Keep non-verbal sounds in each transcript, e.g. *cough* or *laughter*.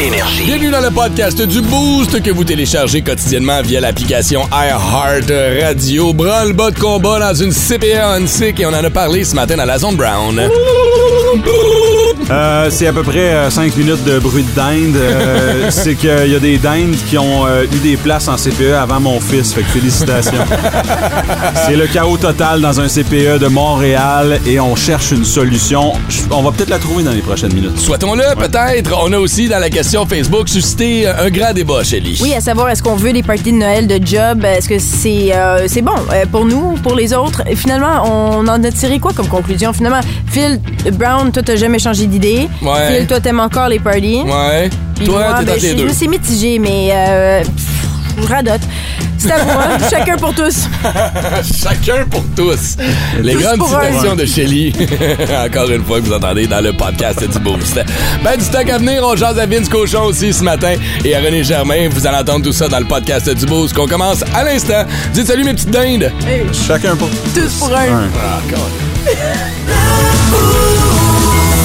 Énergie. Bienvenue dans le podcast du Boost que vous téléchargez quotidiennement via l'application iHeart Radio. Bras le bas de combat dans une CPA Hansik et on en a parlé ce matin à la zone Brown. Euh, c'est à peu près 5 minutes de bruit de dinde. *laughs* Euh, c'est qu'il y a des dindes qui ont euh, eu des places en CPE avant mon fils. Fait que *laughs* félicitations. c'est le chaos total dans un CPE de Montréal et on cherche une solution. Je- On va peut-être la trouver dans les prochaines minutes. Souhaitons-le, peut-être. On a aussi dans la question Facebook suscité un grand débat, Shelly. Oui, à savoir, est-ce qu'on veut des parties de Noël de job? Est-ce que c'est euh, c'est bon euh, pour nous, pour les autres? Et Finalement, on en a tiré quoi comme conclusion? Finalement, Phil Brown, toi, t'as jamais changé d'idée. Ouais. Phil, toi, t'aimes encore les parties. Ouais. Puis Toi, moi, t'es ben, entre les je- deux. Je me suis mitigée, mais euh, pff, je radote. C'est à moi, *laughs* chacun pour tous. Chacun pour tous. Les Tous grandes pour citations un. de Shelly. *laughs* Encore une fois que vous entendez dans le podcast du Boost. Ben, du stock à venir, on jase à Vince Cochon aussi ce matin et à René Germain. Vous allez entendre tout ça dans le podcast du Boost qu'on commence à l'instant. Dites salut mes petites dindes. Hey, Chacun pour. tous pour un.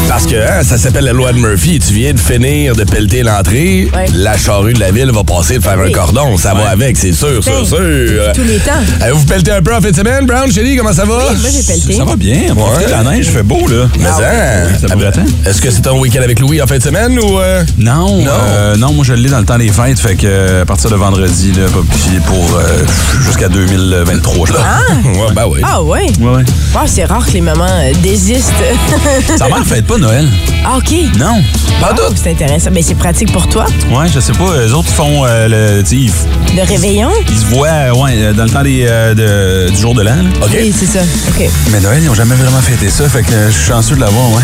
Parce que hein, ça s'appelle la loi de Murphy. Tu viens de finir de pelleter l'entrée, Ouais. la charrue de la ville va passer de faire un Oui. cordon. Ça va avec, c'est sûr, Ben, sûr, sûr. Tous les temps. Euh, vous pelletez un peu en fin de semaine, Brown, Shelly, comment ça va? moi, j'ai pelleté. Ça va bien. On profite de La neige fait beau, là. Mais Ah, hein, oui, ça pourrait être. est-ce que c'est ton week-end avec Louis en fin de semaine ou... euh? Non, euh, non, moi je l'ai dans le temps des fêtes, fait que euh, à partir de vendredi, là, pas plus pour euh, jusqu'à 2023, je crois. *laughs* Ouais, ben oui. Ah ouais? Hein? Ouais, ouais. Wow, c'est rare que les mamans euh, désistent. Ça mère fête pas Noël. *laughs* ah, OK. Non. Pas Oh, doute. c'est intéressant. Mais c'est pratique pour toi. Ouais, je sais pas. Les autres font euh, le. tu sais, Ils, f- Le réveillon? ils se voient euh, ouais, euh, dans le temps des, euh, de- du jour de l'an. là. OK. Oui, c'est ça. OK. Ah, Mais Noël, ils ont jamais vraiment fêté ça, fait que euh, je suis chanceux de l'avoir, ouais.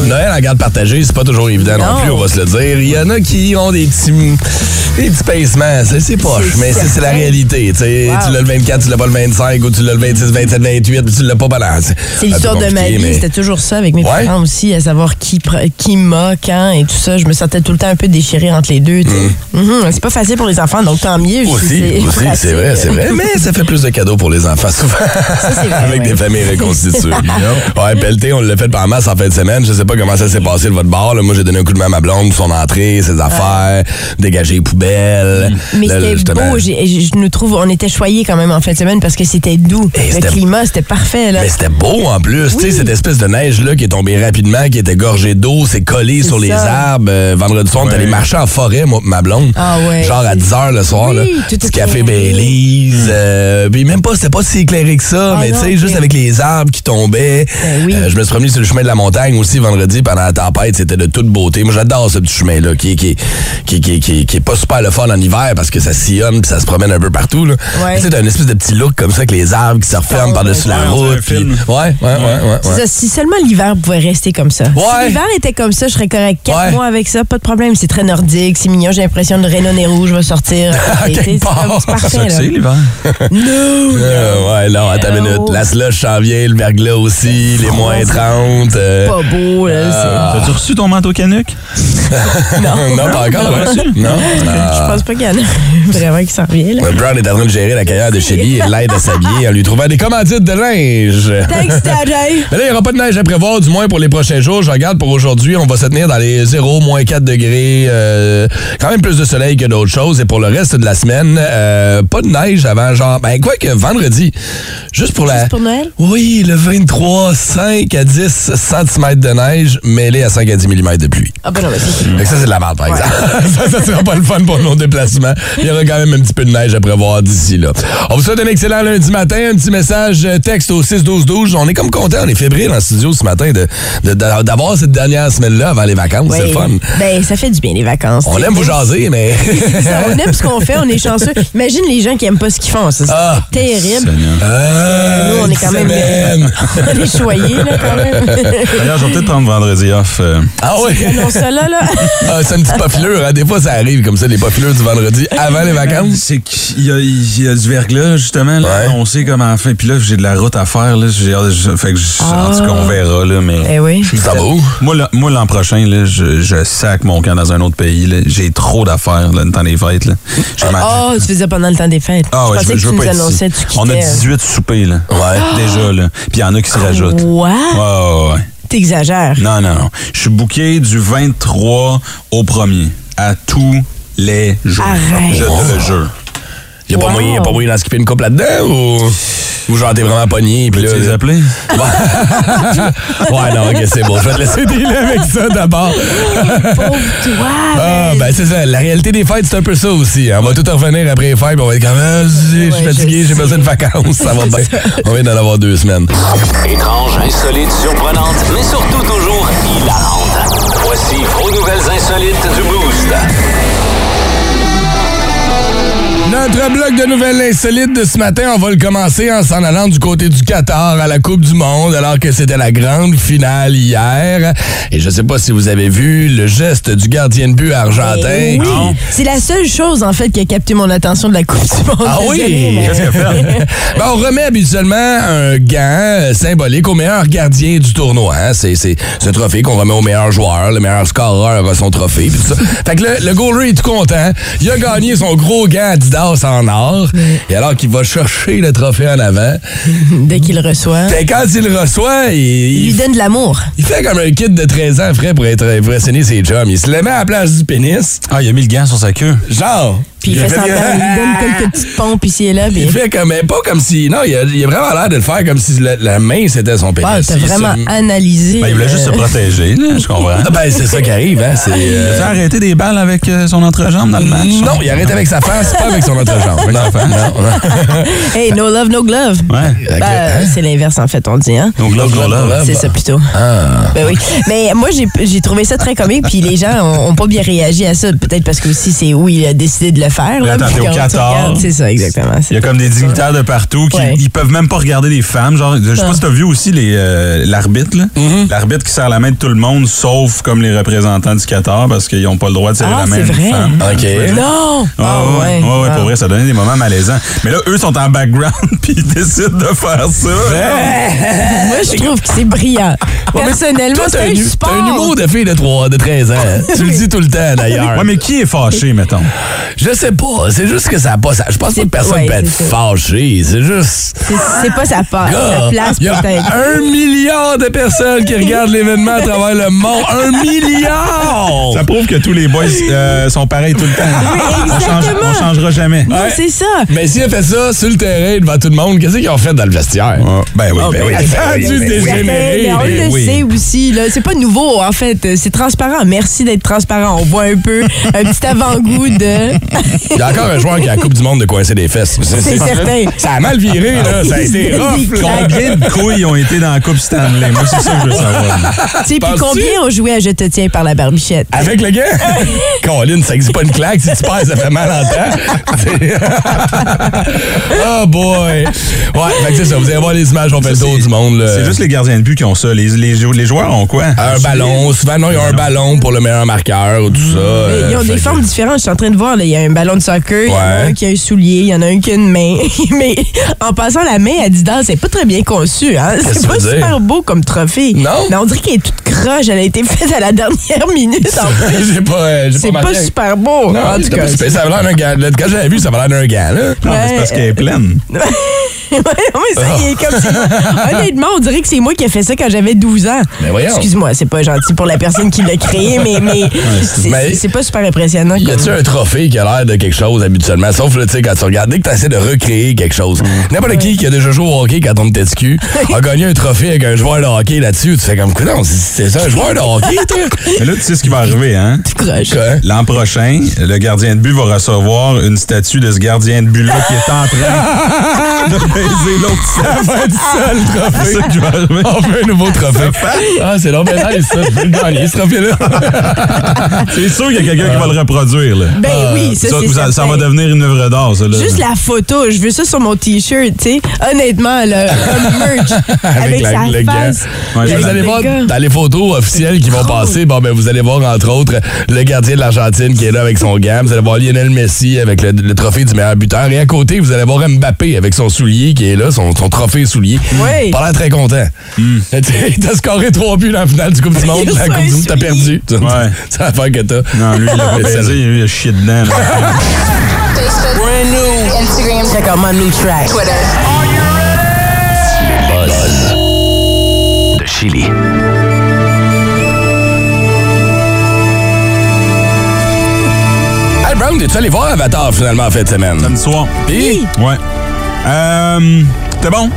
Wow! Noël en garde partagée, c'est pas toujours évident non. Non. plus, on va se le dire. Il y en a qui ont des petits, des petits pincements, c'est, c'est poche, C'est mais c'est, c'est la certain. réalité. tu sais. Wow. Tu l'as le 24, tu l'as pas le 25, ou tu l'as le 26, 27, 28, puis tu l'as pas balancé. C'est l'histoire de ma vie. C'était toujours ça avec mes Ouais. parents aussi, à savoir qui, pre- qui m'a, quand et tout ça. Je me sentais tout le temps un peu déchirée entre les deux. tu sais. Mhm, C'est pas facile pour les enfants, donc tant mieux. Mm. Aussi, aussi, c'est vrai, c'est vrai. Mais ça fait plus de cadeaux pour les enfants, souvent. c'est vrai, Avec ouais. des familles *laughs* reconstituées. ouais, Pelleté, on l'a fait par masse en fin de semaine. Je sais pas comment ça s'est passé de votre bar. là. Moi, j'ai donné un coup de main à ma blonde, son entrée, ses affaires, dégager les poubelles. Mais Là, c'était justement- beau. j'ai- Je je nous trouve, on était choyés quand même en fin de semaine parce que c'était doux. Et le c'était- climat, c'était parfait. Là. Mais c'était beau en plus, tu sais, cette espèce de neige-là qui est tombée rapidement, qui était gorgée d'eau, s'est collée C'est sur les ça. arbres. Euh, vendredi soir, on est allé marcher en forêt, moi, pis ma blonde. Ah ouais. Genre à 10 h le soir, Oui, là. tout Petit était café éclairé. Baileys. euh, puis même pas, c'était pas si éclairé que ça, Ah mais tu non, sais, ok. juste avec les arbres qui tombaient. Ben Euh, oui. je me suis promené sur le chemin de la montagne aussi vendredi pendant la tempête. C'était de toute beauté. Moi, j'adore ce petit chemin-là qui, qui, qui, qui, qui, qui est pas super le fun en hiver parce que ça sillonne puis ça se promène un peu partout, là. Ouais. Tu sais, t'as une espèce de petit look comme ça avec les arbres qui se referment Oh, par-dessus my la God. route. Un film. puis- Ouais, ouais, ouais, ouais. C'est ouais. ça, si seulement l'hiver pouvait rester comme ça. Ouais. Si l'hiver était comme ça, je serais correct. Quatre Ouais. mois avec ça, pas de problème. C'est très nordique, c'est mignon. J'ai l'impression de Renault Nez Rouge va *laughs* sortir. Et, tu sais, c'est part. comme- c'est C'est ça parfait. que là. c'est, l'hiver. Euh, ouais, non, attends une minute. La slush s'en vient, le verglas aussi, les moins 30. euh, Pas beau, là. c'est- Ah. T'as-tu reçu ton manteau canuc? non, pas encore. ouais. Non. Je pense pas qu'il y en a vraiment qui s'en revient, là. Euh, Brown est en train de gérer la carrière de Shelly et l'aide à s'habiller en lui trouvant des commandites de linge. Thanks, Daddy. Mais là, il n'y aura pas de neige à prévoir, du moins pour les prochains jours. Je regarde pour aujourd'hui, on va se tenir dans les 0, moins 4 degrés. euh, quand même plus de soleil que d'autres choses. Et pour le reste de la semaine, euh, pas de neige avant genre... Ben, quoi que vendredi, juste pour la... Juste pour Noël? Oui, le 23, 5 à 10 cm de neige mêlé à 5 à 10 mm de pluie. Ah, ben non, mais c'est. Fait que ça, c'est de la merde, par exemple. *laughs* ça, ça sera pas le fun pour nos déplacements. Il y aura quand même un petit peu de neige à prévoir d'ici là. On vous souhaite un excellent lundi matin. Un petit message euh, texte au 6-12-12. On est comme content, on est fébrile en studio ce matin de- de- d'a- d'avoir cette dernière semaine-là avant les vacances. C'est le Ouais. fun. Ben, ça fait du bien, les vacances. On aime vous jaser, *laughs* mais... Ça, on aime ce qu'on fait, on est chanceux. Imagine les gens qui aiment pas ce qu'ils font, ça. C'est Ah. terrible. Ah, Nous, on est quand même- semaine. On est choyés, là, quand même. D'ailleurs, je vais peut-être prendre vendredi off. euh. Ah oui! non, ça, là, là. Ah, c'est une petite pofilure. hein. Des fois, ça arrive comme ça, les pofilures du vendredi avant les vacances. C'est qu'il y a, il y a du verglas, justement. là. Ouais. On sait comment faire. Puis là, j'ai de la route à faire. Là. J'ai, je- fait que je- En tout cas, on verra. Là, mais Eh oui. Ça beau. Ah. Moi, le- moi, l'an prochain, là, je, je sac mon camp dans un autre pays. là. J'ai trop d'affaires là, le temps des fêtes. là. J'ai ma- Oh, tu faisais pendant le temps des fêtes. Ah je ouais, pensais veux- que veux tu pas nous être ici. annonçais Ah! que tu On a quittais. 18 soupers, là. Ouais. Déjà, là. Puis il y en a qui se Ah, rajoutent. Ouais, What? ouais, ouais. *laughs* T'exagères. Non, non, non. Je suis booké du 23 au 1er. À tous les jours. Arrête. Je te le jure. Y a pas Wow. moyen, y a pas moyen d'en skipper une coupe là-dedans ou. Ou genre t'es vraiment pogné, puis Tu là. les appelés? ouais, non, ok, c'est bon. Je vais te laisser dealer avec ça d'abord. Pauvre toi. Ah, ben c'est ça. La réalité des fêtes, c'est un peu ça aussi. hein. On va tout revenir après les fêtes, puis on va être comme, ah, je suis Ouais, fatigué, je j'ai besoin de vacances, ça va bien. On vient d'en avoir deux semaines. Étrange, insolite, surprenante, mais surtout toujours hilarante. Voici vos nouvelles insolites du Boost. Notre bloc de nouvelles insolites de ce matin, on va le commencer en s'en allant du côté du Qatar à la Coupe du Monde, alors que c'était la grande finale hier. Et je sais pas si vous avez vu le geste du gardien de but argentin. Eh Ben Oui. qui- C'est la seule chose, en fait, qui a capté mon attention de la Coupe du Monde. Ah Désolée, oui! *laughs* mais- *laughs* Qu'est-ce qu'elle fait? Ben, on remet habituellement un gant euh, symbolique au meilleur gardien du tournoi. hein. C'est c'est ce trophée qu'on remet au meilleur joueur. Le meilleur scoreur a son trophée. *laughs* puis tout ça. Fait que le, le goaler est tout content. Il a gagné son gros gant Adidas en or. Et alors qu'il va chercher le trophée en avant, Dès qu'il reçoit. ben, quand il le reçoit, Il il, lui il, donne de l'amour. il fait comme un kid de 13 ans frais pour être impressionné ses chums. Il se le met à la place du pénis. Ah, il a mis le gant sur sa queue. Genre... Puis il fait semblant, il lui donne quelques petites pompes ici et là. puis- Il fait comme, mais pas comme si. Non, il a, il a vraiment l'air de le faire comme si la, la main c'était son pénis. Wow, Ah, t'as Il se- vraiment analysé. Ben, il voulait juste se euh, protéger, là, *laughs* je comprends. Ah ben, c'est ça qui arrive, hein. C'est. euh, Il a arrêté des balles avec euh, son entrejambe dans le match. Non, il arrête avec sa face, pas avec son autre jambe. Non, non, non. Hey, no love, no glove. Ouais. Ben, Hein? c'est l'inverse, en fait, on dit. Hein? Donc là, Donc, là, là, là. C'est bah. ça plutôt. Ah. Ben oui. Mais moi, j'ai- j'ai trouvé ça très comique, puis les gens ont, ont pas bien réagi à ça. Peut-être parce que aussi, c'est où il a décidé de le faire. Là, Attends, puis t'es au quand tu 14. regardes, C'est ça, exactement. Il y a comme des dignitaires de partout qui Ouais. ils peuvent même pas regarder les femmes. Genre, je sais pas si t'as vu aussi les euh, l'arbitre, là. Mm-hmm. L'arbitre qui serre la main de tout le monde, sauf comme les représentants du Qatar, parce qu'ils ont pas le droit de serrer Ah, la main c'est d'une vrai. femme. OK. Non! Ouais, Ah, ouais, ouais, ouais, Ah. pour vrai, ça donnait des moments malaisants. Mais là, eux sont en background, *laughs* puis ils décident de faire ça. Euh, Ah, Moi, je trouve que c'est brillant. Personnellement, Toi, t'as c'est un, un hu- sport. t'as un humour de fille de, 3, de 13 ans. *laughs* tu le dis tout le temps, d'ailleurs. Ouais, mais qui est fâché, mettons? Je sais pas. C'est juste que ça a pas. ça- Je pense pas que C'est- personne ouais, peut être c'est ça. fâché. C'est juste. C'est c'est pas sa part, sa place Il y a peut-être. un milliard de personnes qui regardent l'événement à travers le monde. Un milliard! Ça prouve que tous les boys euh, sont pareils tout le temps. on, change- exactement. on changera jamais. Non, Ouais. c'est ça. Mais s'il a fait ça sur le terrain devant tout le monde, qu'est-ce qu'ils ont fait dans le vestiaire? Ouais, ben Ah, oui, Oh, ben ben oui. oui, ben oui, Attendu ben oui. Mais, dégénéré, mais on ben le oui. sait aussi, là. C'est pas nouveau, en fait. Euh, C'est transparent. Merci d'être transparent. On voit un *laughs* peu un petit avant-goût de. Il y a encore un joueur qui a la Coupe du Monde de coincer des fesses. C'est- C'est c'est- certain. Ah Ça a mal viré, là. Ça a été C'est rough, dégueu. là. Combien *laughs* de couilles ont été dans la Coupe Stanley? Moi, c'est ça que je veux savoir. Tu sais, puis Penses-tu? combien ont joué à Je te tiens par la barbichette? Avec le gars? *laughs* Colin, ça existe pas une claque. Si tu perds, ça fait mal *laughs* en temps. C'est- oh boy. Ouais, fait que c'est ça. Vous allez voir les images, on fait le tour du monde, là. C'est juste les gardiens de but qui ont ça. Les, les, jou- les joueurs ont quoi? un ballon. Souvent, non, il y a un ballon pour le meilleur marqueur ou tout ça. Mais Ils ont Euh, fait des que- formes différentes. Je suis en train de voir. là. Il y a un ballon de soccer, il y en a Ouais. un qui a un soulier, il y en a un qui a une main. *laughs* Mais en passant la main à Didas, c'est pas très bien conçu. Hein? Qu'est-ce C'est pas que tu veux super dire? beau comme trophée. Non? Mais on dirait qu'elle est toute croche. Elle a été faite à la dernière *laughs* minute. en plus. *laughs* J'ai pas, euh, j'ai C'est pas marqué. super beau. Non, en tout c'était cas. Ah, pas super. ça avait l'air d'un gars. là. Quand j'avais vu, ça avait l'air d'un gars, là. Non, mais c'est parce qu'elle est pleine. *laughs* Ouais, ouais, ça, il est comme *laughs* ça. Honnêtement, on dirait que c'est moi qui ai fait ça quand j'avais 12 ans. Mais voyons. Excuse-moi, c'est pas gentil pour la personne qui l'a créé, mais, mais c'est- Mais- c'est- c'est pas super impressionnant. Y comme- a-tu un trophée qui a l'air de quelque chose habituellement? Sauf, là, tu sais, quand tu regardes, dès que tu essaies de recréer quelque chose. N'importe qui qui a déjà joué au hockey quand on était de cul a gagné un trophée avec un joueur de hockey là-dessus. Tu fais comme, non, c'est ça, un joueur de hockey, toi? Mais là, tu sais ce qui va arriver, hein? Croche. Quoi? *laughs* L'an prochain, le gardien de but va recevoir une statue de ce gardien de but-là qui est en train de baiser l'autre *laughs* salle. va être ça, le C'est ça Ah, qui va arriver. On veut un nouveau trophée. Ah, c'est long, mais nice, ça. Je veux le gagner, ce trophée-là. C'est sûr qu'il y a quelqu'un qui va le reproduire, là. Ah, Ben oui, ça, Ça, c'est vous- ça, certain. va devenir une œuvre d'art, ça, là. Juste la photo, je veux ça sur mon t-shirt, tu sais. Honnêtement, *laughs* là, comme merch avec, la- sa le gars. face. Ouais, Avec vous allez le voir gars. dans les photos officielles qui vont passer, bon ben vous allez voir entre autres le gardien de l'Argentine qui est là avec son gamme, vous allez voir Lionel Messi avec le, le trophée du meilleur buteur et à côté vous allez voir Mbappé avec son soulier qui est là, son, son trophée soulier. Ouais. Hmm. Pas l'air très content. *laughs* Tu sais, T'as scoré trois buts dans la finale du Coupe du *laughs* Monde, Il a la ça, Coupe du un Monde t'as soulier. perdu. Ouais. *laughs* C'est l'affaire que t'as. *laughs* Ah, ben Non, lui, il l'a pas C'est baisé, il a eu le chier dedans. là. Facebook, Instagram, Check out my new track. Twitter. de Chili. Hey Brown, t'es-tu allé voir Avatar finalement en fin de semaine? Une soir. Pis? Ouais. Euh. T'es bon?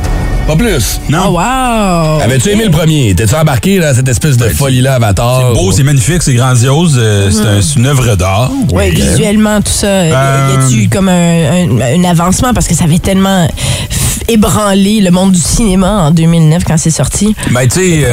Pas plus. Non. Oh, wow! Avais-tu aimé le premier? T'es-tu embarqué dans cette espèce de folie-là Avatar? Beau, Ben, c'est magnifique, c'est grandiose, euh, Mhm. c'est un- c'est une œuvre d'art. Ouais, visuellement, tout ça. y a- Y Euh, a-tu comme un, un- un avancement? Parce que ça avait tellement f- ébranlé le monde du cinéma en 2009 quand c'est sorti. Ben, tu sais,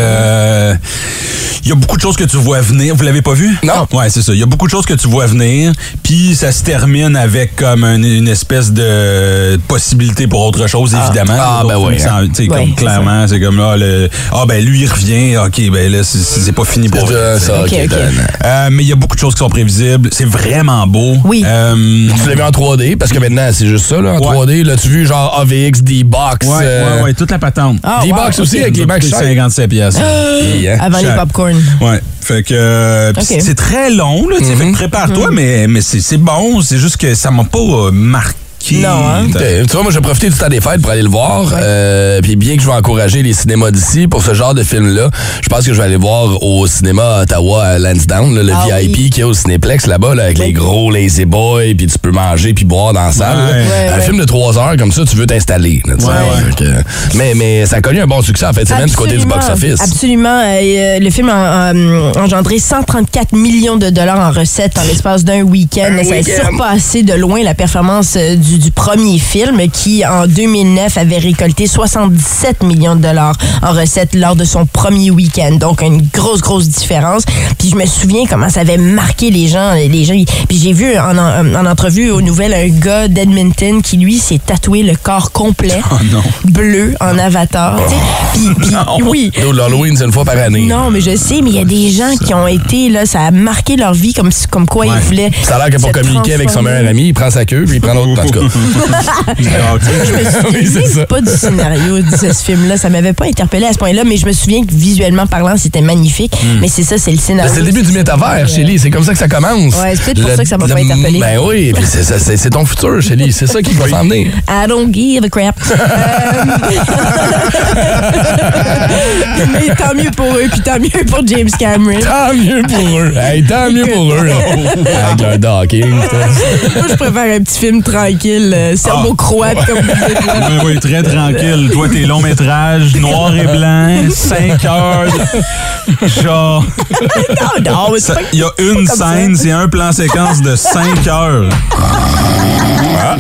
il y a beaucoup de choses que tu vois venir. Vous l'avez pas vu? Ah. Non. Ouais, c'est ça. Il y a beaucoup de choses que tu vois venir, puis ça se termine avec comme un- une espèce de possibilité pour autre chose, évidemment. Ah, ben D'autres ouais, films, ça- tu sais, Ouais, comme c'est clairement, c'est comme là, le, ah, ben lui, il revient. OK, ben là, c'est- c'est c'est pas fini pour lui. Euh, ça, Ok, ok, ok. donne. Euh, mais il y a beaucoup de choses qui sont prévisibles. C'est vraiment beau. Oui. Euh, Tu l'as vu en 3D, parce que maintenant, c'est juste ça, là, en Ouais. 3D. Là, tu vu genre AVX, D-Box. ouais, ouais, euh, ouais, toute la patente. Ah, D-Box wow, aussi, ok. Ah, avec les bacs C'est chers. 57 pièces. Hey, hein. Avant les Cher. popcorn. Ouais. Fait que euh, pis Ok. Mhm. c'est- c'est très long, là. tu sais, Fait Mhm. que prépare-toi, mais, mais c'est c'est bon. C'est juste que ça m'a pas euh, marqué. Non, hein? T'as- Euh, Tu vois, moi, j'ai profité du temps des fêtes pour aller le voir. Euh, puis bien que je vais encourager les cinémas d'ici pour ce genre de film-là, je pense que je vais aller voir au cinéma à Ottawa à Lansdowne, là, le Ah VIP oui. qui est au Cinéplex là-bas, là, avec les gros lazy boys, puis tu peux manger puis boire dans la salle. là. Ouais. un Ouais, film de trois heures comme ça, tu veux t'installer. là, tu sais. Ouais, ouais. Fait que- mais, mais ça a connu un bon succès en fait semaine du côté du box-office. Absolument. Et, euh, le film a, a, euh, engendré 134 millions de dollars en recettes en l'espace d'un week-end. Un ça a week-end. surpassé de loin la performance euh, du, du premier film qui, en 2009, avait récolté 77 millions de dollars en recettes lors de son premier week-end. Donc, une grosse, grosse différence. Puis, je me souviens comment ça avait marqué les gens. Les gens ils- puis, j'ai vu en, en- en entrevue aux nouvelles un gars d'Edmonton qui, lui, s'est tatoué le corps complet Oh non. *laughs* bleu en avatar. tu sais. Puis- *laughs* puis- oui. Nous, L'Halloween, c'est une fois par année. Non, mais je sais, mais il y a des gens qui ont été, là, ça a marqué leur vie comme, si- comme quoi Ouais. ils voulaient. Ça a l'air que pour se communiquer avec son transformer. meilleur ami, il prend sa queue puis il prend l'autre. En tout cas. Ah, *laughs* ok. oui, Je me c'est souviens ça. pas du scénario de ce ce film-là. Ça m'avait pas interpellé à ce point-là, mais je me souviens que visuellement parlant, c'était magnifique. Mais c'est ça, c'est le Ben, scénario. C'est le début du métavers, Chélie. C'est comme ça que ça commence. Ouais, c'est peut-être pour Le- ça que ça m'a le- pas interpellé. Ben oui, puis c'est- c'est c'est- c'est ton futur, Chélie. C'est ça qui va s'en venir. I don't give a *laughs* crap. Euh, *laughs* mais tant mieux pour eux, puis tant mieux pour James Cameron. Tant mieux pour eux. Hey, tant mieux pour eux. Avec leur docking. tout Moi, je préfère un petit film tranquille, euh, Ah. cerveau croate comme vous dites, là. Oui, oui, très tranquille. Toi, tes longs métrages, noir et blanc, 5 heures. de- Genre, Non, non, mais c'est ça- pas il y a une ça. scène, c'est un plan séquence de 5 heures. ça.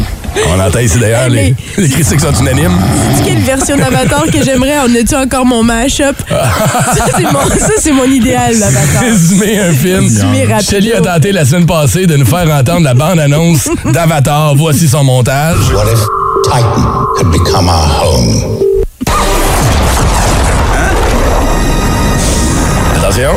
On entend ici d'ailleurs, les, les critiques sont unanimes. Tu sais quelle version d'Avatar que j'aimerais? On a-tu encore mon mash-up? ça, c'est mon, ça, c'est mon idéal, l'Avatar. Résumer un film. Résumer rapidement. Chélie a tenté la semaine passée de nous faire entendre la bande-annonce d'Avatar. Voici son montage. What if Titan had become our home? Attention.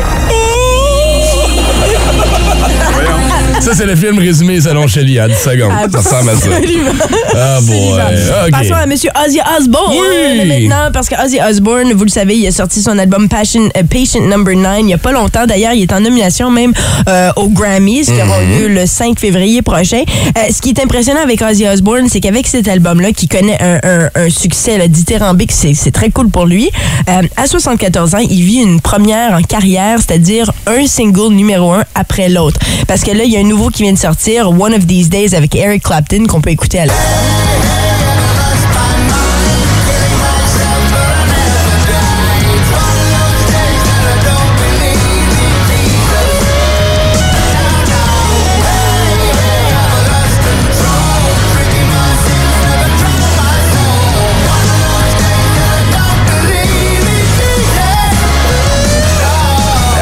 Ça, c'est le film résumé selon Shelley en 10 secondes. *laughs* Ça ressemble à ça. Absolument. Ah, boy. Absolument. OK. Passons à M. Ozzy Osbourne Oui. maintenant, parce que Ozzy Osbourne, vous le savez, il a sorti son album Passion, euh, Patient Number 9 il n'y a pas longtemps. D'ailleurs, il est en nomination même euh, aux Grammys, qui auront Mhm. lieu le 5 février prochain. Euh, ce qui est impressionnant avec Ozzy Osbourne, c'est qu'avec cet album-là, qui connaît un, un- un succès là, dithyrambique, c'est c'est très cool pour lui, euh, à 74 ans, il vit une première en carrière, c'est-à-dire un single numéro un après l'autre. Parce que là, il y a un nouveau qui vient de sortir, One of These Days, avec Eric Clapton, qu'on peut écouter à la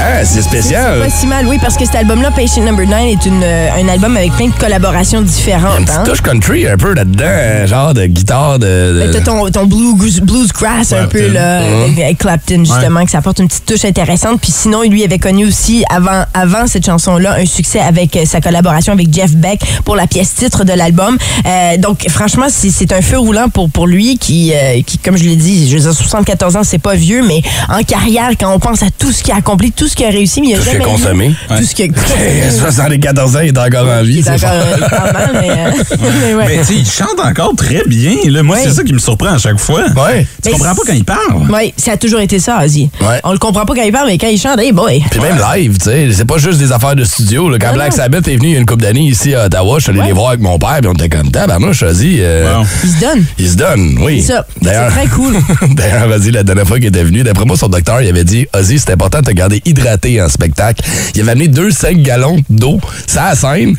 Ah, c'est Pas spécial. si mal, oui, parce que cet album-là, Patient Number 9, est une, euh, un album avec plein de collaborations Une différentes. hein. petite touche country un peu là-dedans, hein, genre de guitare de. de- Mais T'as ton, ton blues, blues grass un peu, là, avec- avec Clapton, justement, que ça apporte une petite touche intéressante. Puis sinon, lui avait connu aussi, avant, avant cette chanson-là, un succès avec euh, sa collaboration avec Jeff Beck pour la pièce titre de l'album. Euh, donc, franchement, c'est- c'est un feu roulant pour, pour lui qui, euh, qui, comme je l'ai dit, je veux dire, 74 ans, c'est pas vieux, mais en carrière, quand on pense à tout ce qu'il a accompli, tout ce qu'il a réussi, mais il a Tout ce qu'il a jamais eu consommé. Tout ce qu'il a Hey, 74 ans, il est encore en Il vie. est Ah c'est encore fort. euh, pas mal, mais, euh, mais *laughs* ouais. Mais tu sais, il chante encore très bien. Là. Moi, Ouais. c'est ça qui me surprend à chaque fois. Ouais. Tu Mais comprends pas quand il parle. Ouais, ça a toujours été ça, Ozzy. Ouais. On le comprend pas quand il parle, mais quand il chante, hey boy. Puis même live, tu sais, c'est pas juste des affaires de studio. là. Quand Non, Black non. Sabbath est venu il y a une couple d'années ici à Ottawa, je suis allé les voir avec mon père, puis on était comme ben moi, je dis, euh, Wow. Il se donne. il se donne, oui. C'est ça. D'ailleurs- C'est très cool. Ben, *laughs* D'ailleurs, vas-y, la dernière fois qu'il était venu, d'après moi, son docteur, il avait dit, Ozzy, c'est important de te garder hydraté en spectacle. Il avait amené 2-5 gallons d'eau, ça la scène,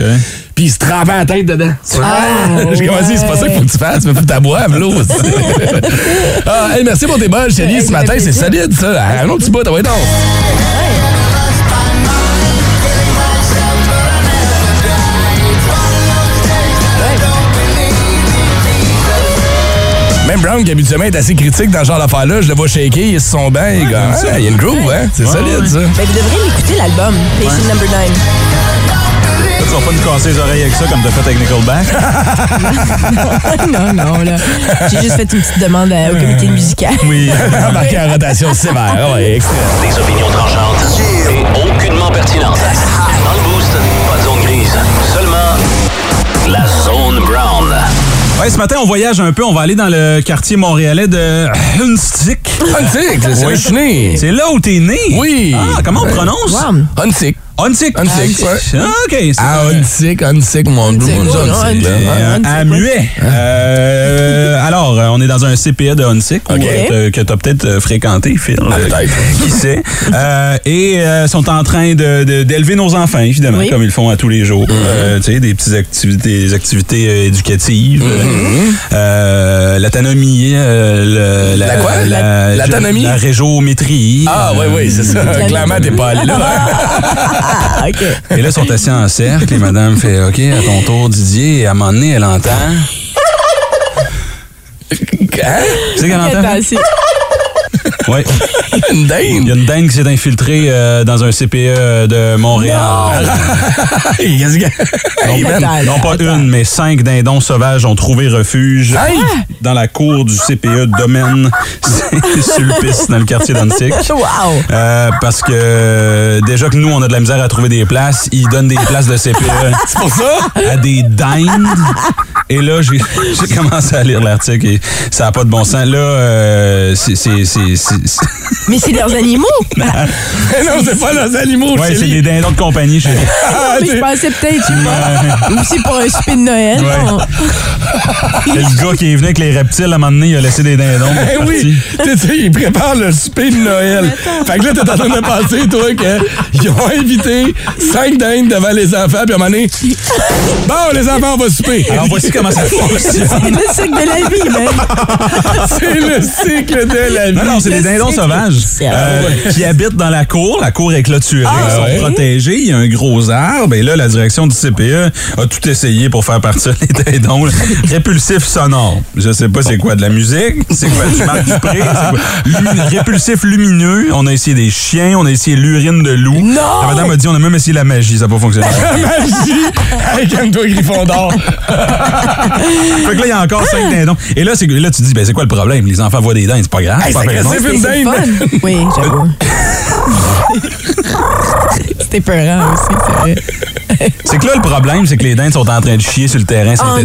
puis il se trempait la tête dedans. *laughs* Je commence c'est pas ça qu'il faut que tu fasses, mais faut que tu boives l'eau. aussi. ah, hey, merci pour tes bols, Chélie, ce ça matin, fait c'est plaisir. solide, ça. Ah, Un autre petit bout, t'as donc. Même Brown, qui habituellement est assez critique dans ce genre d'affaires-là, je le vois shaker, il est sur son banc, il est comme, Ah, il y a une groove, hein? C'est solide, ça. Ben, vous devrez l'écouter, l'album, Patient Number 9. Tu vas pas nous casser les oreilles avec ça comme t'as fait avec *laughs* Nickelback. non, non, là. J'ai juste fait une petite demande à- au comité musical. Oui. *laughs* Embarqué en rotation sévère. Ah Ouais, extrême. Des opinions tranchantes et aucunement pertinentes. Dans le boost, pas de zone grise, seulement la zone brown. Ouais, ce matin, on voyage un peu. On va aller dans le quartier montréalais de Hunstick. Huntsick, c'est Oui. le chenille. C'est là où t'es né? Oui. Ah, comment on prononce? Wow. Huntsick. Huntsick. Huntsick, Ah, ouais. OK. c'est- Ah, Huntsick, Huntsick, mon Dieu, mon Dieu, oh, non, Huntsick, Et, là. Huntsick. euh, Huntsick, à ouais. Muet. Euh, alors, euh, on est dans un CPA de Hunsick où, Ok. Ah, euh, que tu as peut-être euh, fréquenté, Phil. euh, peut-être. *laughs* qui sait. Euh, et euh, sont en train de- de- d'élever nos enfants, évidemment, Oui. comme ils le font à tous les jours. Mm-hmm. Euh, tu sais, des petites activités, des activités euh, éducatives. Mm-hmm. euh, l'autonomie, euh, le- La quoi? La, L'autonomie? la régiométrie. Euh, Ah, oui, oui, c'est ça. Clairement, t'es pas allé *laughs* là. Ah, OK. Et là, ils sont assis en cercle et madame fait OK, à ton tour, Didier. Et à un moment donné, elle entend. Hein? Tu sais qu'elle entend? Attends, c'est- Oui. Une Il y dinde. a une dinde qui s'est infiltrée euh, dans un CPE de Montréal. *laughs* Hey, qu'est-ce que- Hey, man. Attends, Non pas une, mais cinq dindons sauvages ont trouvé refuge Hey! dans la cour du CPE Domaine *laughs* Sulpice, dans le quartier d'Antic. Wow. Euh, parce que euh, déjà que nous, on a de la misère à trouver des places, ils donnent des places de CPE *laughs* C'est pour ça? à des dindes. Et là, j'ai j'ai commencé à lire l'article et ça n'a pas de bon sens. Là, euh, c'est- c'est- c'est... c'est- c'est- Mais c'est leurs animaux. Mais Ben non, c'est pas leurs animaux, Ouais, c'est des Chélie. dindons de compagnie *laughs* chez Ah, mais je pensais peut-être, je sais pas. Ou c'est pour un souper de Noël. Ouais. non? Et le gars qui est venu avec les reptiles, à un moment donné, il a laissé des dindons. il est *laughs* Eh oui, parti. tu sais, ils préparent le souper de Noël. Fait que là, t'es en train de penser, toi, qu'ils ont invité cinq dindes devant les enfants, puis à un moment donné, bon, les enfants, on va souper. Alors voici comment ça fonctionne. C'est le sac de la vie, même. *laughs* C'est le cycle de la vie. Non, non, c'est des dindons sauvages euh, qui habitent dans la cour. La cour est clôturée, ils sont Ah, ouais. protégés. Il y a un gros arbre. Et là, la direction du CPE a tout essayé pour faire partir *laughs* les dindons. là. Répulsif sonore. Je sais pas c'est quoi de la musique, c'est quoi du Marc Dupré, c'est quoi- Lumi- Répulsif lumineux. On a essayé des chiens, on a essayé l'urine de loup. Non! La madame a dit on a même essayé la magie, ça n'a pas fonctionné. La magie! *laughs* Hey, calme-toi, Gryffondor! Fait que là, il y a encore Ah! cinq dindons. Et là, c'est que- là tu te dis, ben, c'est quoi le problème? Les enfants voient des dents, c'est pas grave. c'est pas c'est raison. agressif, Mais une c'est le dinde! fun. Oui, j'avoue. C'était peurant aussi, c'est vrai. C'est que là, le problème, c'est que les dindes sont en train de chier sur le Oh terrain Oh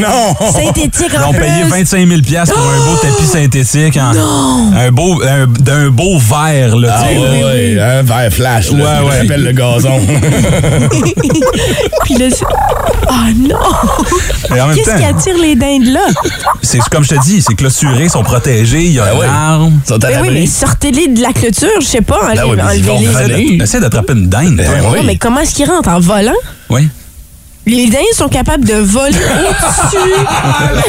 *laughs* non! Synthétique Ah, *laughs* Ils en ont plus. payé 25 000 pour un Oh! beau tapis synthétique en- un beau un- d'un beau verre là, tu sais, là. Ah ouais, ouais, un verre flash, là, Ouais, ça me ouais. rappelle le *laughs* gazon. Puis là, c'est- *laughs* oh non! Et en même Qu'est-ce qui temps, attire les dindes là? Ben c'est comme je te dis, c'est clôturé, ils sont protégés, il y a Ben un oui. arbre. Ils sont à Mais oui, mais l'abri. sortez-les de la clôture, je sais pas, Ben oui, enlevez- mais ils vont enlevez-les. revenir. Essaie- Essaie d'attraper une dinde. toi. Ben Non, mais oui. comment est-ce qu'ils rentrent? En volant? Oui. Les dindes sont capables de voler au-dessus. Ah, *laughs* la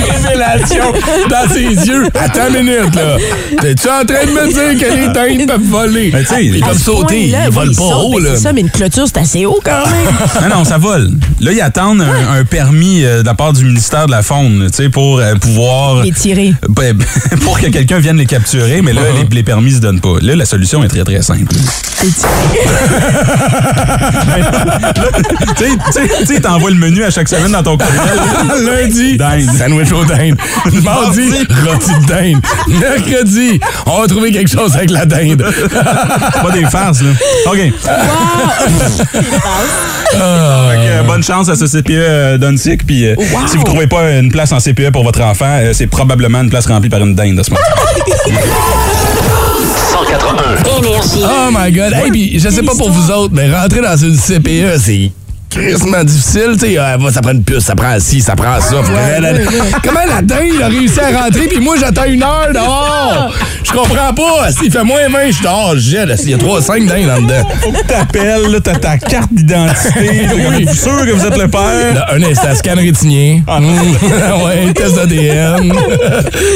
révélation dans ses yeux. Attends une minute, là. T'es-tu en train de me dire que les dindes peuvent voler? Mais tu sais, Ils À peuvent ce sauter, point-là, ils oui, volent pas sautent, haut, mais là. C'est ça, mais une clôture, c'est assez haut quand même. Non, non, ça vole. Là, ils attendent un, un permis euh, de la part du ministère de la Faune, tu sais, pour euh, pouvoir... Et tirer. Ben, *laughs* pour que quelqu'un vienne les capturer, mais là, les, les permis se donnent pas. Là, la solution est très, très simple. *laughs* tu sais, tu sais, tu sais, t'envoies le menu à chaque semaine dans ton courriel. *laughs* Lundi, Dinde. sandwich aux dindes. Mardi, rôti de dinde. Mercredi, on va trouver quelque chose avec la dinde. C'est pas des farces, là. OK. *laughs* Fait que, euh, bonne chance à ce CPE euh, Donsic. Puis euh, si vous trouvez pas une place en CPE pour votre enfant, euh, c'est probablement une place remplie par une dinde à ce moment 181. Énergie. Oh my God. Hey, puis je sais pas pour vous autres, mais rentrer dans une CPE, c'est crissement difficile. Tu sais, ah, va, ça prend une puce, ça prend ci, ça prend ça. Faut qu'elle- elle- Comment la dinde a réussi à rentrer, puis moi, j'attends une heure dehors? Je comprends pas. S'il fait moins 20, je suis dehors, je gèle. Il y a 3-5 dindes là-dedans. Faut que t'appelles, là, t'as ta carte d'identité. Oui. *laughs* oui. sûr que vous êtes le père. Là, un instant, scan rétinien. Ah. Mmh. *laughs* ouais, test d'ADN.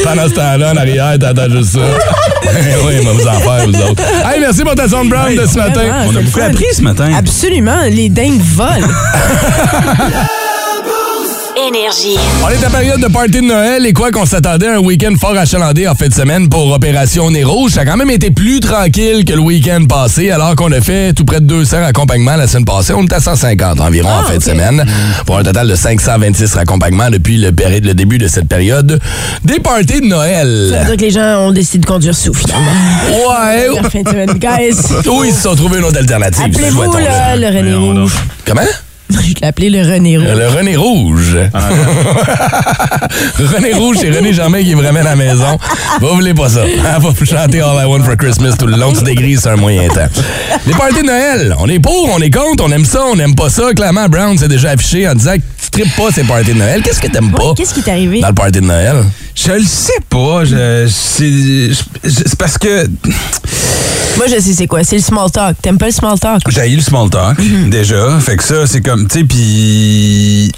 Pendant ce temps-là, en arrière, t'entends juste ça. *laughs* oui, mais vous en faire, vous autres. Hey, merci pour ta zone brown de ce matin. vraiment. On a beaucoup appris ce matin. Absolument, les dingues volent. Énergie. On est à période de party de Noël et quoi qu'on s'attendait à un week-end fort achalandé en fin de semaine pour Opération Nez Rouge, ça a quand même été plus tranquille que le week-end passé alors qu'on a fait tout près de 200 accompagnements la semaine passée. On est à 150 environ Ah, en fin de semaine pour un total de 526 accompagnements depuis le, péri- le début de cette période des parties de Noël. Ça veut dire que les gens ont décidé de conduire sous, finalement. Ouais. La fin de semaine, guys. ou- Oui, ils se sont trouvés une autre alternative. Appelez-vous, souhaitons-le. là, le René Voyons donc. Rouge. Comment? *laughs* Je l'ai appelé le René Rouge. Euh, Le René Rouge. *laughs* René Rouge, c'est René Germain qui est vraiment à la maison. Vous voulez pas ça. Elle va vous chanter All I Want for Christmas tout le long du dégris sur un moyen temps. Les parties de Noël, on est pour, on est contre, on aime ça, on n'aime pas ça. Clairement, Brown s'est déjà affiché en disant que tu tripes pas ces parties de Noël. Qu'est-ce que t'aimes pas Qu'est-ce qui t'est arrivé? dans le party de Noël? Je le sais pas. je- c'est je- c'est parce que Moi, je sais c'est quoi. C'est le small talk. T'aimes pas le small talk? J'ai le small talk, déjà. Fait que ça, c'est comme, tu sais, puis...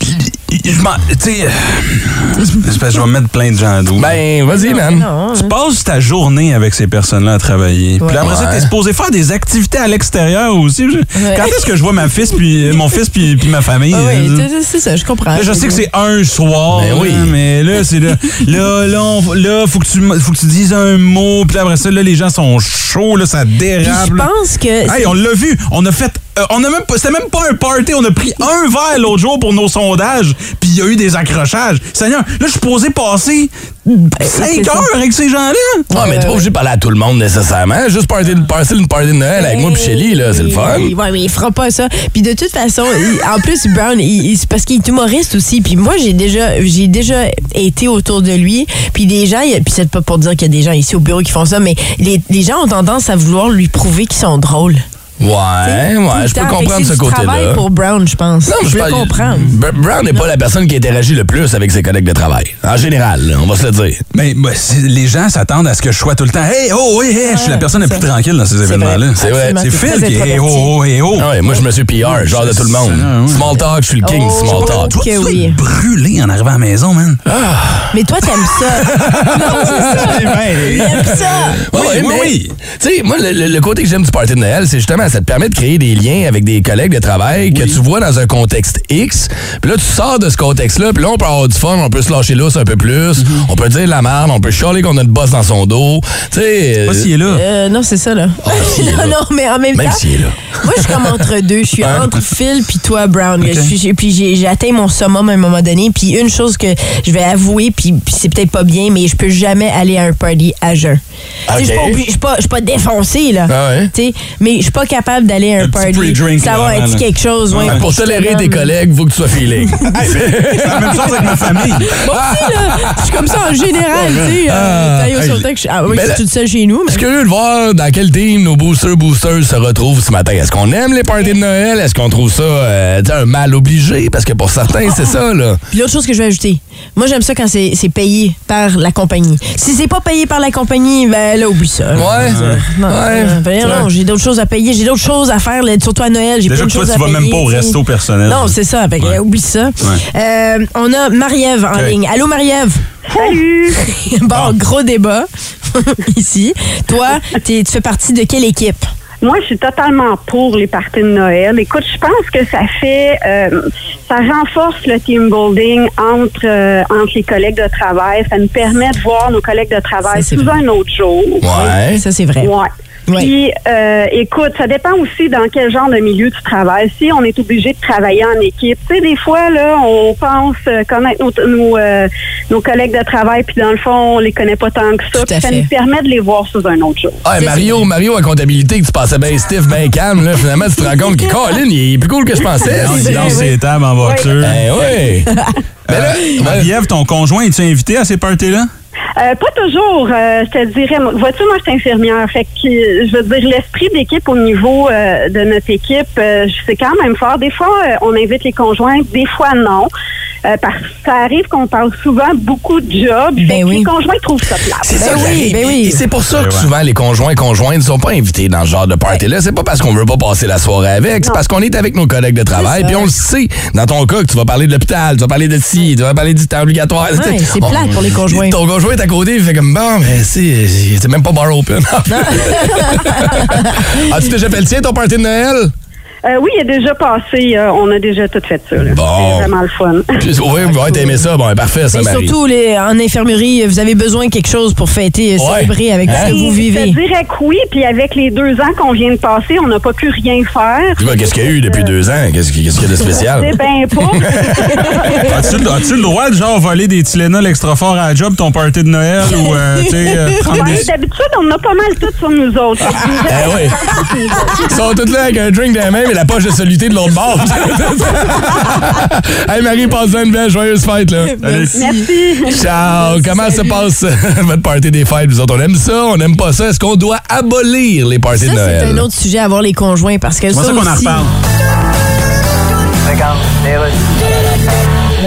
Je m'en... Tu sais... euh, c'est parce que je vais mettre plein de gens à dos. Ben, vas-y, man. Non. tu passes ta journée avec ces personnes-là à travailler. Puis après ça, Ouais. t'es supposé faire des activités à l'extérieur aussi. Je- Quand est-ce que je vois ma fils, puis, mon fils puis, puis ma famille? Ah oui, euh, c'est- c'est- c'est ça, je comprends. Là, je sais que c'est un soir, Ben oui. hein, mais là, c'est là, là, là, on- là, faut que tu, faut que tu dises un mot, puis là, après ça, là, les gens sont chauds, là, ça Puis dérape. je là. pense que. Hey, on l'a vu, on a fait. euh, on a même pas. C'était même pas un party, on a pris un verre l'autre jour pour nos sondages, puis il y a eu des accrochages. Seigneur, là, je suis posé passer 5 Ben, c'est heures avec ces gens-là. Ah, mais t'es pas obligé de parler à tout le monde nécessairement. Juste party de, passer une party de Noël avec moi et Shelly, là, c'est le fun. Ben Oui, ouais, mais il fera pas ça. Puis de toute façon, il- en plus, Brown, il- il- c'est parce qu'il est humoriste aussi. Puis moi, j'ai déjà, j'ai déjà été autour de lui. Puis des gens, il y a- puis c'est pas pour dire qu'il y a des gens ici au bureau qui font ça, mais les, les gens ont tendance à vouloir lui prouver qu'ils sont drôles. Hein, Ouais, Tout ouais, le je peux temps. Fait que comprendre c'est ce du travail côté-là. pour Brown, je pense. mais je peux parle- comprendre. B- Brown n'est pas la personne qui interagit le plus avec ses collègues de travail. En général, là, on va se le dire. Mais Ben, les gens s'attendent à ce que je sois tout le temps. Hey, oh, hey, hey, je suis la personne la plus tranquille dans ces événements-là. C'est vrai. C'est Absolument, Phil t'es qui est. très Hey, oh, oh, hey, oh. Ah ouais, moi, je me suis PR, genre de tout le monde. Ah ouais. Small talk, je suis le king du Oh, small talk. Toi, tu Que vas oui. être brûlé en arrivant à la maison, man. Ah, Mais toi, t'aimes *laughs* ça. non, c'est ça. T'aimes ça. Ouais, oui, mais, oui. Tu sais, moi, le, le- le côté que j'aime du party de Noël, c'est justement, ça te permet de créer des liens avec des collègues de travail que tu vois dans un contexte X. Puis là, tu sors de ce contexte-là, puis là, on peut avoir du fun, on peut se lâcher lousse un peu plus, Mhm. on peut dire de la merde, on peut chialer qu'on a une bosse dans son dos. Tu sais. euh, Pas s'il est là. Euh, non, c'est ça, là. *laughs* s'il est non, là. non, mais en même, Même temps. s'il est là. Moi, je suis comme entre deux. Je suis entre Phil puis toi, Brown. Je suis- j'ai- Puis j'ai j'ai atteint mon summum à un moment donné. Puis une chose que je vais avouer, puis, puis c'est peut-être pas bien, mais je peux jamais aller à un party à jeun. Tu sais, Je suis pas Ok. obligée- je suis pas, je suis pas défoncée, là. Ah ouais? Tu sais, Mais je suis pas capable d'aller à un, Un party. petit pre-drink, Ça là, va avant, être là. quelque chose. ouais. Ah, Pour Je te tolérer tes donne- collègues, faut que tu sois *laughs* feeling. C'est la même chose avec ma famille. Moi aussi, là, je suis comme ça en général, tu sais. Ah, euh, taille au hey, sauté que je suis- Ah oui, mais je là- suis toute seule chez nous. Je mais- suis curieux de voir dans quel team nos boosters boosters se retrouvent ce matin. Est-ce qu'on aime les parties de Noël? Est-ce qu'on trouve ça euh, tu sais, un mal obligé? Parce que pour certains, c'est ça, là. Puis l'autre chose que je vais ajouter, moi j'aime ça quand c'est c'est payé par la compagnie. Si c'est pas payé par la compagnie, ben là, oublie ça. Ouais. Non, Ouais. euh, ben non, Ouais. j'ai d'autres choses à payer, j'ai d'autres choses à faire, là, surtout à Noël. J'ai Déjà plein de que toi, choses tu à vas même payer, pas au tu sais. resto personnel. Non, c'est ça. Fait que, Ouais. euh, oublie ça. Euh, on a Marie-Ève en Ok. ligne. Allô, Marie-Ève? Salut! *laughs* bon, Ah. gros débat *laughs* ici. Toi, t'es- tu fais partie de quelle équipe? Moi, je suis totalement pour les parties de Noël. Écoute, je pense que ça fait, euh, ça renforce le team building entre euh, entre les collègues de travail. Ça nous permet de voir nos collègures de travail Ça, c'est sous vrai. un autre jour. Hein? Ouais. Ça, c'est vrai. Ouais. Ouais. Puis, euh, écoute, ça dépend aussi dans quel genre de milieu tu travailles. Si on est obligé de travailler en équipe, tu sais, des fois, là, on pense euh, connaître nos, nos, euh, nos collègues de travail, puis dans le fond, on les connaît pas tant que ça. Tout à Puis ça fait. nous permet de les voir sous un autre jour. Ah, et Mario, Mario à comptabilité, que tu passais bien stiff, bien calme, là, finalement, tu te rends compte que Colin, il est plus cool que je pensais. Non, C'est- il lance ses tables en voiture. Ben oui. Mais Ben là, Euh, ouais. Yves, ton conjoint, es-tu invité à ces parties-là? Euh, pas toujours, euh, je te dirais. Moi, Vois-tu, moi, je suis infirmière. Fait que, euh, je veux dire, l'esprit d'équipe au niveau euh, de notre équipe, euh, c'est quand même fort. Des fois, euh, on invite les conjoints, des fois, non. Euh, parce que ça arrive qu'on parle souvent beaucoup de jobs. Fait Ben que oui. Les conjoints trouvent ça plate. C'est ça, oui, j'arrive. ben oui. Et c'est pour ça que Ben ouais. souvent les conjoints et conjointes ne sont pas invités dans ce genre de party-là. C'est pas parce qu'on veut pas passer la soirée avec, c'est parce qu'on est avec nos collègues de travail, puis on le sait. Dans ton cas, que tu vas parler de l'hôpital, tu vas parler de ci, tu vas parler du temps obligatoire. Ouais, c'est On- plate pour les conjoints. Ton conjoint est à côté, il fait comme bon, mais c'est c'est même pas bar *laughs* open. *laughs* As-tu déjà fait le tien, ton party de Noël? Euh, oui, il est déjà passé. euh, on a déjà tout fait ça. là. Bon. C'est vraiment le fun. Puis- Oui, ouais, t'as aimé ça, bon, ben, parfait, ça, Et Marie. surtout, les, en infirmerie, vous avez besoin de quelque chose pour fêter, euh, Ouais. célébrer avec Hein? ce que vous vivez. *laughs* Je te dirais que oui, puis avec les deux ans qu'on vient de passer, on n'a pas pu rien faire. Dis-moi, Qu'est-ce qu'il y a eu depuis deux ans? Qu'est-ce qu'il qu'est-ce qu'il y a de spécial? Ah. C'est ben pas. As-tu as-tu le droit de genre voler des Tylenol extra fort à la job, ton party de Noël ou euh, tu sais, *laughs* euh, prendre Ouais, des. D'habitude, on a pas mal tout sur nous autres. Ah. Eh oui. Ils sont tous là avec un drink dans la main et la poche de soluté de l'autre bord. hey Marie, passe une belle joyeuse fête là. Merci. Ciao! Comment se passe euh, votre party des fêtes? Vous autres, on aime ça, on n'aime pas ça. Est-ce qu'on doit abolir les parties Ça, de c'est Noël? un autre sujet à avoir les conjoints parce que C'est pour ça ça qu'on en aussi- reparle.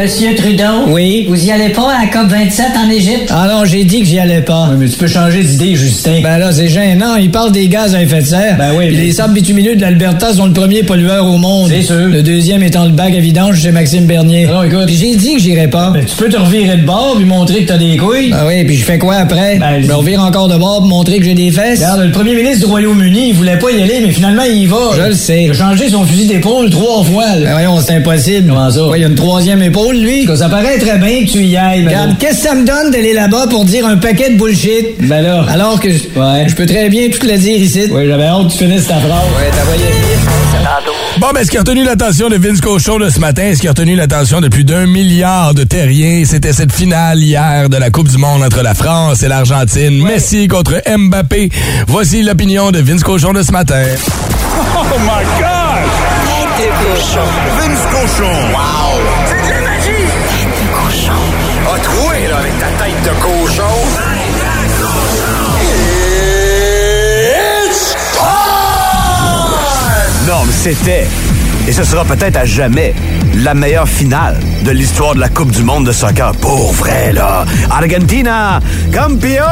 Monsieur Trudeau. Oui. Vous y allez pas à la COP27 en Égypte? Ah non, j'ai dit que j'y allais pas. mais tu peux changer d'idée, Justin. Ben là, c'est gênant. Il parle des gaz à effet de serre. Ben oui. les sables bitumineux de l'Alberta sont le premier pollueur au monde. C'est sûr. Le deuxième étant le bac à vidange chez Maxime Bernier. Non, écoute. Puis j'ai dit que j'irais pas. tu peux te revirer de bord puis montrer que t'as des couilles. Ah oui, puis je fais quoi après? Ben, je me revire encore de bord pour montrer que j'ai des fesses. Regarde, le premier ministre du Royaume-Uni, il voulait pas y aller, mais finalement, il y va. Je le sais. Il a changé son fusil d'épaule trois fois. Ben voyons, c'est impossible. Comment ça? il y a une troisième épaule, lui. ça paraît très bien que tu y ailles. Regarde, qu'est-ce que ça me donne d'aller là-bas pour dire un paquet de bullshit? Ben là. Alors que je je peux très bien tout le dire ici. Oui, j'avais honte que tu finisses ta phrase. Ouais, t'as Bon, ben, ce qui a retenu l'attention de Vince Cochon de ce matin, ce qui a retenu l'attention de plus d'un milliard de terriens, c'était cette finale hier de la Coupe du Monde entre la France et l'Argentine. Messi contre Mbappé. Voici l'opinion de Vince Cochon de ce matin. Tête de cochon. Vince Cochon. Wow! C'est de la magie! Tête de cochon. A troué, là, avec ta tête de cochon. It's time! Non, mais c'était, et ce sera peut-être à jamais, la meilleure finale de l'histoire de la Coupe du Monde de soccer. Pour vrai, là. Argentina, campione!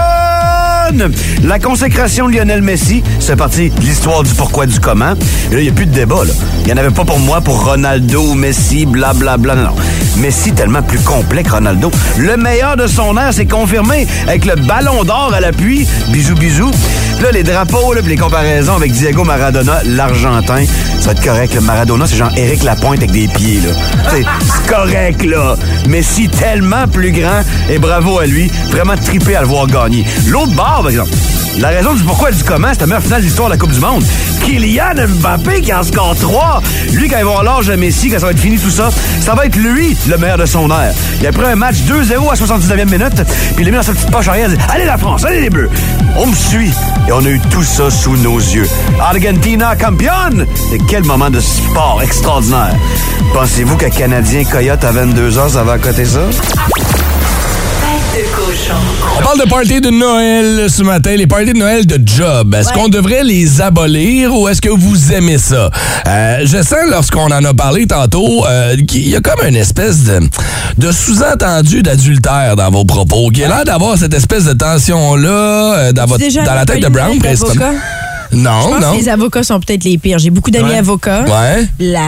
La consécration de Lionel Messi, c'est parti de l'histoire du pourquoi du comment. Et là, il n'y a plus de débat, là. Il n'y en avait pas pour moi, pour Ronaldo, Messi, blablabla. Non, non. Messi, tellement plus complet que Ronaldo. Le meilleur de son air, c'est confirmé avec le ballon d'or à l'appui. Bisous, bisous. Puis là, les drapeaux, là, puis les comparaisons avec Diego Maradona, l'Argentin. Ça va être correct. Le Maradona, c'est genre Eric Lapointe avec des pieds, là. C'est c'est correct, là. Messi, tellement plus grand. Et bravo à lui. Vraiment trippé à le voir gagner. L'autre barre, par exemple. La raison du pourquoi et du comment, c'est la meilleure finale de l'histoire de la Coupe du Monde. Kylian Mbappé qui en score 3. Lui, quand il va avoir l'âge de Messi, quand ça va être fini tout ça, ça va être lui le meilleur de son air. Il a pris un match 2-0 à 79e minute, puis il a mis dans sa petite poche arrière, il a dit Allez la France, allez les Bleus On me suit. Et on a eu tout ça sous nos yeux. Argentina campione Et quel moment de sport extraordinaire. Pensez-vous qu'un Canadien Coyote à 22h, ça va à côté ça? Tête de cochon. On parle de party de Noël ce matin, les parties de Noël de job. Est-ce qu'on devrait les abolir ou est-ce que vous aimez ça? Euh, je sens, lorsqu'on en a parlé tantôt, euh, qu'il y a comme une espèce de, de sous-entendu d'adultère dans vos propos, qui a l'air d'avoir cette espèce de tension-là euh, dans, votre- Déjà dans la tête de Brown, les principalement. avocats. Je Non, pense non. que les avocats sont peut-être les pires. J'ai beaucoup d'amis Ouais. avocats. Ouais. La...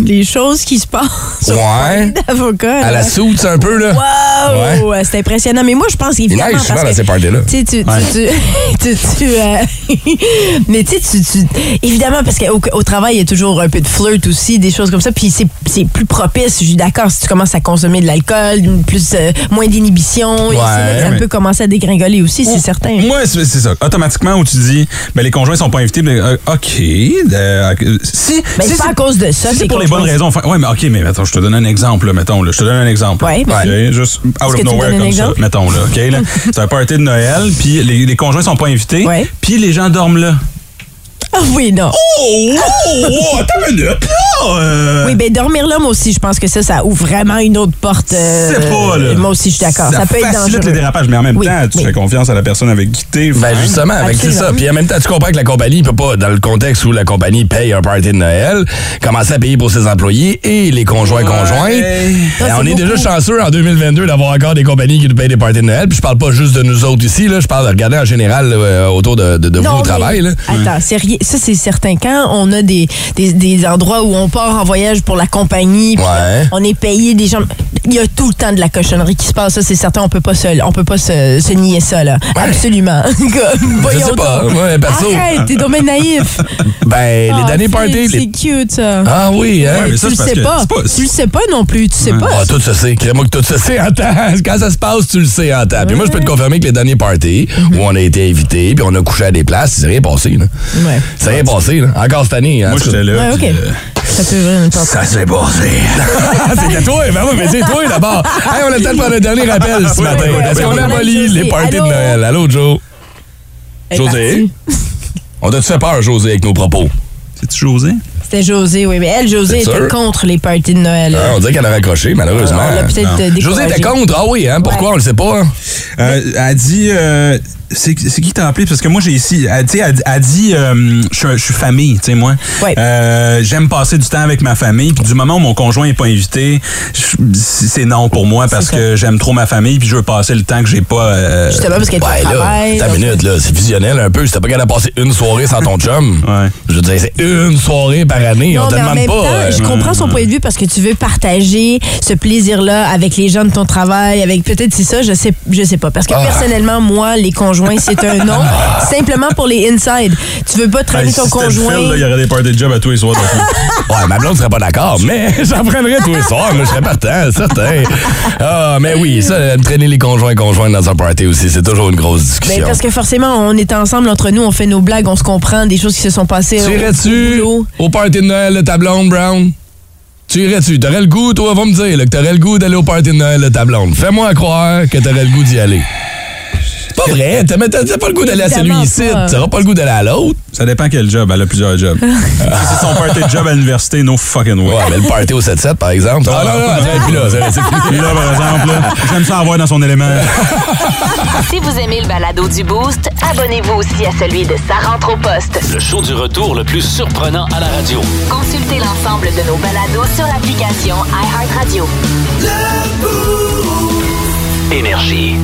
Les choses qui se passent aux Ouais. parties d'avocats. À la là. soute, un peu, là. Wow! C'est impressionnant. Mais moi, je pense évidemment neige souvent parce dans que, ces parties-là. Tu sais, tu, tu- tu- tu- tu, euh, *laughs* mais tu sais, tu, tu- évidemment, parce qu'au au travail, il y a toujours un peu de flirt aussi, des choses comme ça. Puis c'est c'est plus propice, je suis d'accord, si tu commences à consommer de l'alcool, plus euh, moins d'inhibition. et c'est là que ça Ouais, mais- Oh. peut commencer à dégringoler aussi, c'est certain. Moi, c'est c'est ça. Automatiquement, où tu dis, puis ben, les conjoints sont pas invités. mais, euh, OK. euh, si Mais si Ben, c'est pas à cause de ça, si les c'est pour les bonnes conjoints. raisons. enfin, ouais, mais OK, mais attends, je te donne un exemple, là, mettons. Là, je te donne un exemple. Ouais, vas-y. OK, Juste out que of tu me nowhere donnes un comme ça, exemple? mettons. Là, OK, *laughs* là, c'est un party de Noël, puis les, les conjoints sont pas invités, Ouais. puis les gens dorment là. Ah oui, non. Oh, oh, oh, attends une minute, là! euh, Oui, ben dormir là, moi aussi, je pense que ça, ça ouvre vraiment une autre porte. euh, C'est pas, là. Moi aussi, je suis d'accord. Ça, peut être dangereux. facilite le dérapage, mais en même Oui, temps, tu oui. fais confiance à la personne avec qui t'es. Ben fine. justement, avec c'est Absolument. ça. Puis en même temps, tu comprends que la compagnie peut pas, dans le contexte où la compagnie paye un party de Noël, commencer à payer pour ses employés et les conjoints conjointes. Ben, Ça, on c'est est déjà beaucoup. chanceux en 2022 d'avoir encore des compagnies qui nous payent des parties de Noël. Puis je parle pas juste de nous autres ici, là. Je parle de regarder en général euh, autour de, de, de vous Non, au mais- travail. Là. Attends, c'est rien- ça c'est certain. Quand on a des, des, des endroits où on part en voyage pour la compagnie, puis Ouais. on est payé des gens, il y a tout le temps de la cochonnerie qui se passe. Ça c'est certain, on peut pas se, on peut pas se, se nier ça là. Absolument. *laughs* Comme, Je voyons sais pas. donc. Ouais, perso. Arrête, t'es dommage naïf. Ben, les Ah, derniers c'est- parties. c'est les- cute ça. Euh, Ah oui, hein? Ouais, mais tu ça, le c'est parce sais que pas. c'est pas- Tu le sais pas non plus. Tu sais pas. Ah, tout se sait. Crée-moi que tout se sait en temps. *laughs* Quand ça se passe, tu le sais en temps. Puis moi, je peux te confirmer que les derniers parties Mhm. où on a été invités puis on a couché à des places, c'est rien passé. Là. Ouais. C'est rien passé. Là. Encore cette année. hein, en Moi, tout cas. j'étais là. Ouais, puis, ok. euh, Ça peut vraiment t'en- Ça *laughs* s'est passé. C'était toi, ben oui, mais c'est toi d'abord. Hey, on a le temps de prendre un dernier rappel ce *laughs* matin. ouais, Est-ce ouais, qu'on ouais. abolit les parties Allô? de Noël? Allô, Joe? Elle est José? partie. On t'a-tu fait peur, José, avec nos propos? C'est-tu José? C'était José, oui. Mais elle, José, C'est était sûr. contre les parties de Noël. Ah, Hein, on dirait qu'elle a raccroché, malheureusement. on l'a peut-être, Ah. euh, José était découragé. contre. Ah oui, hein? Pourquoi? On le sait pas. hein? Euh, elle dit. euh, c'est c'est qui t'a appelé? Parce que moi, j'ai ici. Elle, tu sais, elle, elle dit euh, je suis- je suis famille, tu sais, moi. Ouais. Euh, J'aime passer du temps avec ma famille. Puis du moment où mon conjoint n'est pas invité, je- c'est non pour moi parce ça. que j'aime trop ma famille. Puis je veux passer le temps que j'ai pas. euh, Justement, parce qu'elle était Ouais, au là, travail. ta donc- minute, là, c'est visionnel un peu. Si t'as pas capable de passer une soirée sans ton chum, Ouais. je veux dire, c'est une soirée par année. Non, on te mais en demande même pas. temps, euh, je comprends son point de vue parce que tu veux partager ce plaisir-là avec les gens de ton travail, avec peut-être c'est ça, je sais, je sais pas. Parce que Ah. personnellement, moi, les conjoints, c'est un *laughs* *laughs* non. simplement pour les inside. Tu veux pas Ben, traîner si ton c'était le conjoint. fil, là, il y aurait des parties de job à tous les soirs. donc, *laughs* Ouais, ma blonde serait pas d'accord, mais *laughs* j'en prendrais tous les soirs. Moi, je serais partant, certain. Ah, mais oui, ça, euh, traîner les conjoints et conjointes dans un party aussi, c'est toujours une grosse Ben, discussion. parce que forcément, on est ensemble entre nous, on fait nos blagues, on se comprend, des choses qui se sont passées. tu au- irais-tu au boulot. au party de Noël de ta blonde, Brown? Tu irais-tu? T'aurais le goût, toi, va me dire, là, que t'aurais le goût d'aller au party de Noël de ta blonde. Fais-moi croire que t'aurais le goût d'y aller. C'est Pas vrai, t'as mais t'as- t'as pas le goût d'aller à celui Évidemment ici, pas. t'auras pas le goût d'aller à l'autre. Ça dépend quel job. Elle a plusieurs jobs. si c'est son party de job à l'université, no fucking way. Ouais, mais le party au 7-7, par exemple. Ah non, non, elle serait plus là, c'est- c'est fini. Là, par exemple, là, j'aime ça avoir dans son élément. Si vous aimez le balado du Boost, abonnez-vous aussi à celui de Sa rentre au poste. Le show du retour le plus surprenant à la radio. Consultez l'ensemble de nos balados sur l'application iHeartRadio. Énergie.